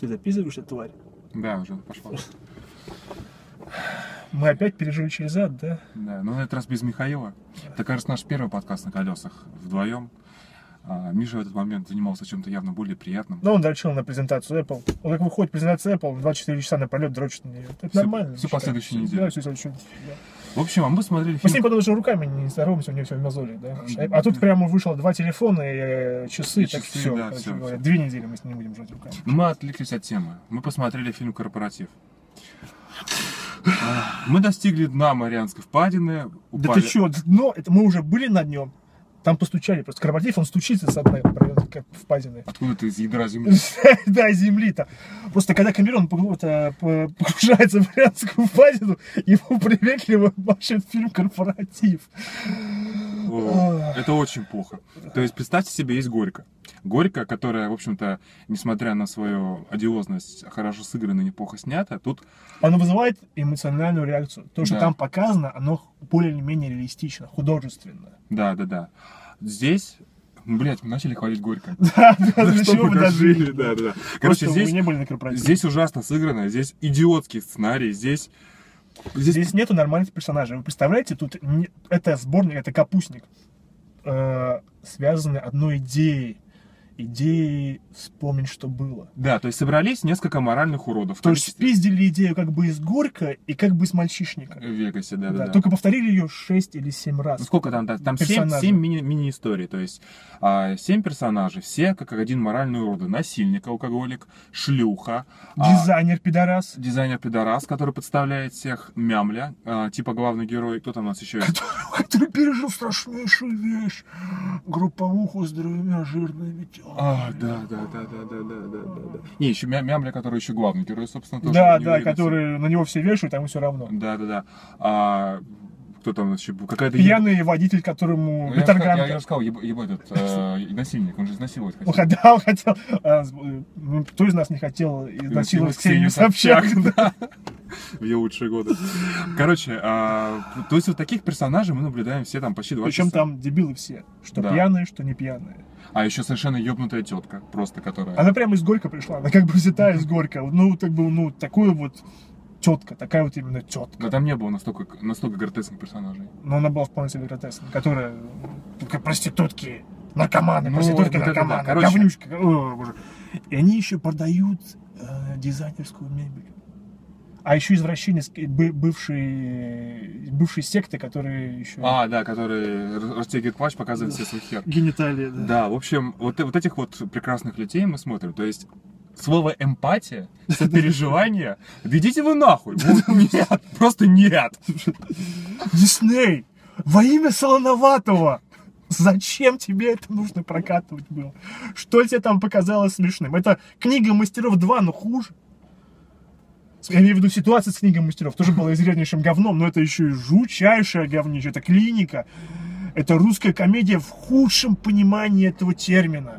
Ты записываешься, тварь? Да, уже пошло. Мы опять пережили через ад, да? Да, но на этот раз без Михаила. Это, кажется, наш первый подкаст на колесах вдвоем. А, Миша в этот момент занимался чем-то явно более приятным. Но Ну, он дрочил на презентацию Apple. Он как выходит презентация Apple, 24 часа напролет дрочит на нее. Это Всю- нормально. всю я считаю. последующую неделю. Да, всю следующую неделю, да. В общем, а мы смотрели Мы с ним фильм... потом даже руками не здороваемся, у него все в мозолях, да? А тут прямо вышло два телефона и э, часы, И так часы, все, да, короче всё, говоря. всё. Две недели мы с ним не будем жать руками. Ну, Мы отвлеклись от темы. Мы посмотрели фильм «Корпоратив». А, Мы достигли дна Марианской впадины. Да упали- ты чё, дно, это мы уже были на днем. Там постучали просто. Карбатив, он стучится со дна, прям как впадины. Откуда ты из ядра земли? Да, земли-то. Просто когда Камерон погру- это, п- погружается в Марианскую впадину, ему приветливо машет фильм «Корпоратив». О, Это очень плохо. То есть представьте себе, есть Горько. Горько, которая, в общем-то, несмотря на свою одиозность, хорошо сыграна и неплохо снята, тут Оно вызывает эмоциональную реакцию. То, что Да. там показано, оно более-менее реалистично, художественно. Да, да, да. Здесь, блять, мы начали хвалить Горько. Да, да, Да ну, до что чего мы мы дожили, дожили. да, да. да. Короче, Короче, здесь, не были на корпоративе. Здесь, здесь ужасно сыграно, здесь идиотский сценарий, здесь... нету нормальных персонажей. Вы представляете, тут не- это сборник, это капустник, э, связанный одной идеей. Идеей вспомнить, что было. Да, то есть собрались несколько моральных уродов. в То есть количестве- спиздили идею как бы из Горько и как бы из Мальчишника. В Вегасе, да, Да, да, да. Только повторили ее 6 или 7 раз. Ну, сколько там? да, Там 7, Персонажей. мини- мини-историй. То есть 7 персонажей, все как один моральный урод. Насильник, алкоголик, шлюха. а, Дизайнер пидорас. Дизайнер-пидорас, который подставляет всех, мямля, а, типа главный герой, кто там у нас еще есть? Который пережил страшнейшую вещь. Групповуху с двумя жирными телами. А, да, да, да, да, да, да, да, да, да. Не, еще мя- мямля, который еще главный герой, собственно, тоже. Да, не да, вырядился. которые на него все вешают, а ему все равно. Да, да, да. А, кто там еще был? Какая-то... еб- Пьяный водитель, которому Ну, Я, уже сказал- я- я Витарграм уже сказал, еб- ебать, этот э, насильник, он же изнасиловать хотел. уходил, хотел. а, с- э, ну, Кто из нас не хотел Ну, изнасиловать Ксению Собчак? да. В ее лучшие годы. Короче, а, то есть вот таких персонажей мы наблюдаем все там почти два Причем часа. там дебилы все. Что Да. пьяные, что не пьяные. А еще совершенно ебнутая тетка, просто которая... Она прямо из Горько пришла. Она как бы взята из Горько. Ну, как бы, ну, такую вот тетка, такая вот именно тетка. Да там не было настолько, настолько гротескных персонажей. Но она была вполне себе гротескна, которая только проститутки, наркоманы, Ну, проститутки, вот это да. наркоманы, Короче. говнючка. О, боже. И они еще продают э, дизайнерскую мебель. А еще извращенец, э, бы- бывший, бывшие секты, которые еще... А, да, который р- растягивает плащ, показывает все свой хер. Гениталии, да. Да, в общем, вот, э- вот этих вот прекрасных людей мы смотрим. То есть слово эмпатия, сопереживание, да идите вы нахуй. Вот Нет, просто нет. Дисней, во имя Солоноватого, зачем тебе это нужно прокатывать было? Что тебе там показалось смешным? Это книга мастеров 2, но хуже. Я имею в виду ситуация с книгой мастеров. Тоже была изряднейшим говном, но это еще и жучайшая говнище. Это клиника. Это русская комедия в худшем понимании этого термина.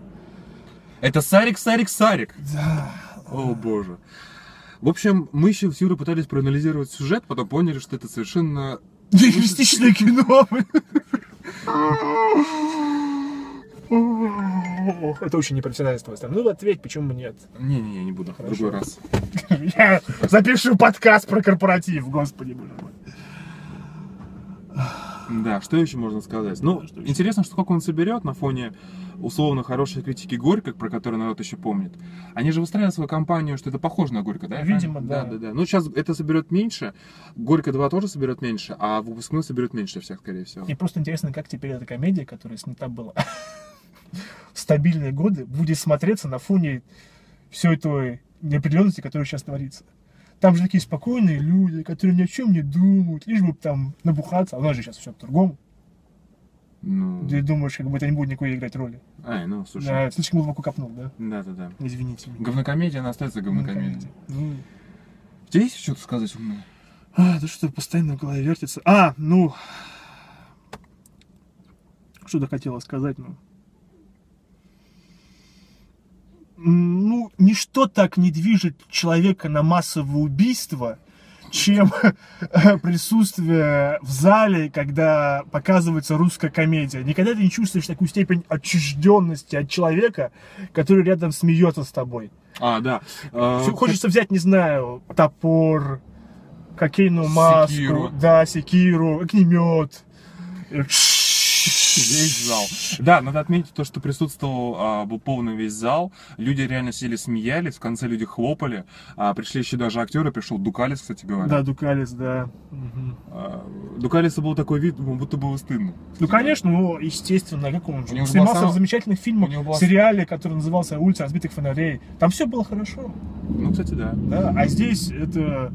Это Сарик, Сарик, Сарик. Да. О боже. В общем, мы еще с Юрой пытались проанализировать сюжет, потом поняли, что это совершенно... Реалистичное кино. Это очень непрофессионально с твоей стороны. Ну, ответь, почему нет? Не-не-не, не буду. В другой раз. Я запишу подкаст про корпоратив, господи боже мой. Да, что еще можно сказать? Ну, Что еще? интересно, что сколько он соберет на фоне условно хорошей критики Горько, про которую народ еще помнит. Они же выстраивают свою кампанию, что это похоже на Горько, да? я Видимо, правильно? да. Да, да, да. Ну, сейчас это соберет меньше, Горько 2 тоже соберет меньше, а выпускной соберет меньше всех, скорее всего. Мне просто интересно, как теперь эта комедия, которая снята была в стабильные годы, будет смотреться на фоне всей той неопределенности, которая сейчас творится. Там же такие спокойные люди, которые ни о чем не думают, лишь бы там набухаться. А у нас же сейчас все по-другому. Ну, Ты думаешь, как бы это не будет никакой играть роли. ай, ну, слушай. Да, слишком глубоко копнул, да? Да, да, да. Извините меня. Говнокомедия, она остается говнокомедией. Ну, У тебя есть что-то сказать умное? А, да что постоянно в голове вертится. А, ну... Что-то хотела сказать, ну... М, Ну, ничто так не движет человека на массовое убийство, чем присутствие в зале, когда показывается русская комедия. Никогда ты не чувствуешь такую степень отчужденности от человека, который рядом смеется с тобой. А, да. А, Всё, Хочется взять, не знаю, топор, кокейную маску, Секиру. да, секиру, огнемет. весь зал. Да, надо отметить то, что присутствовал, а, был полный весь зал. Люди реально сели, смеялись, в конце люди хлопали. А, пришли еще даже актеры, пришел Дукалис, кстати говоря. Да, Дукалис, да. Мгм. А, у Дукалиса был такой вид, ему будто было стыдно. Ну, конечно, ну, естественно, как он У же него снимался была сама- в замечательных фильмах, у него была- сериале, который назывался «Улица разбитых фонарей». Там все было хорошо, Ну, кстати, да. да, а здесь это...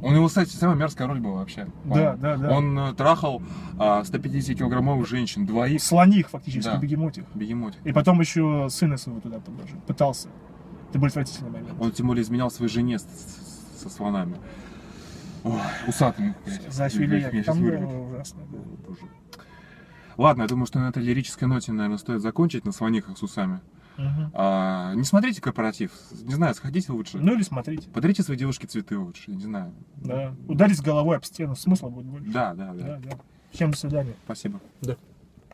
У него, кстати, самая мерзкая роль была вообще. Да, по-моему. да, да. Он э, трахал 150-килограммовых женщин, двоих Слоних фактически, Да. бегемотик. бегемоте. И потом еще сына своего туда подложил, пытался. Это был отвратительный момент. Он, тем более, изменял своей жене с- с- со слонами. Ой, усатым. блядь. За Блядь, филе, меня сейчас там вырвет. было ужасно. да. Боже. Ладно, я думаю, что на этой лирической ноте, наверное, стоит закончить на слонихах с усами. Мгм. А, не смотрите корпоратив. Не знаю, сходите лучше. Ну или смотрите, Подарите своей девушке цветы лучше, я не знаю. да. Ударить головой об стену, смысла будет больше. Да, да, да. Да, да. Всем до свидания. Спасибо. Да.